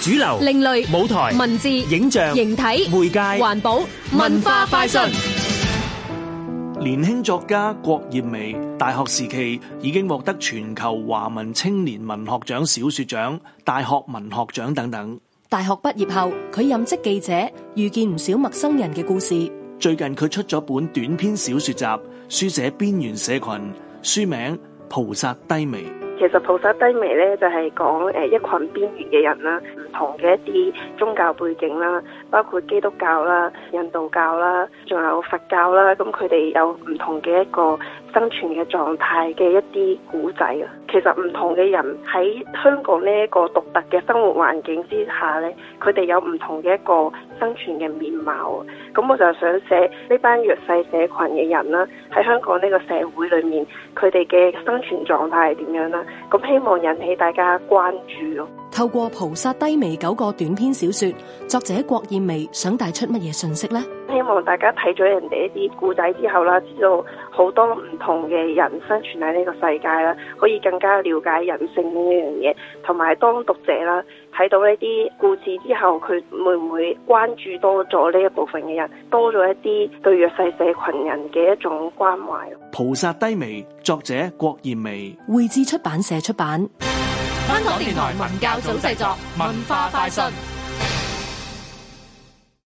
主流、另類舞台、文字、影像、形體、媒介、環保、文化快訊。年輕作家郭艷薇，大學時期已經獲得全球華文青年文學獎小說獎、大學文學獎等等。大學畢業後，佢任職記者，遇見唔少陌生人嘅故事。最近佢出咗本短篇小說集，書寫邊緣社群，書名《菩薩低微》。其實菩薩低微咧，就係講誒一群邊緣嘅人啦，唔同嘅一啲宗教背景啦，包括基督教啦、印度教啦，仲有佛教啦，咁佢哋有唔同嘅一個生存嘅狀態嘅一啲古仔啊。其實唔同嘅人喺香港呢一個獨特嘅生活環境之下咧，佢哋有唔同嘅一個生存嘅面貌。啊咁我就想寫呢班弱勢社群嘅人啦，喺香港呢個社會裏面，佢哋嘅生存狀態係點樣啦？咁希望引起大家關注咯。透過《菩薩低微》九個短篇小說，作者郭艷薇想帶出乜嘢信息呢？希望大家睇咗人哋一啲故仔之後啦，知道好多唔同嘅人生存喺呢個世界啦，可以更加了解人性呢樣嘢，同埋當讀者啦睇到呢啲故事之後，佢會唔會關注多咗呢一部分嘅人，多咗一啲對弱勢社群人嘅一種關懷。 《菩薩低微》作者郭艷薇。匯智出版社出版。香港電台文教組製作，文化快訊。